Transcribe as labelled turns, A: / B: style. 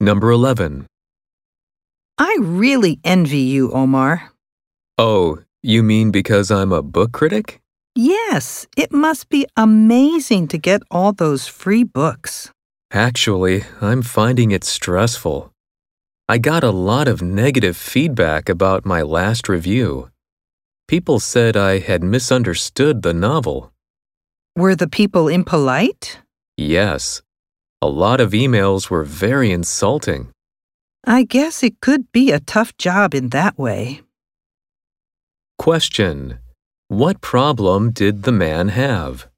A: Number 11.
B: I really envy you, Omar.
A: Oh, you mean because I'm a book critic?
B: Yes, it must be amazing to get all those free books.
A: Actually, I'm finding it stressful. I got a lot of negative feedback about my last review. People said I had misunderstood the novel.
B: Were the people impolite?
A: Yes, a lot of emails were very insulting.
B: I guess it could be a tough job in that way.
A: Question What problem did the man have?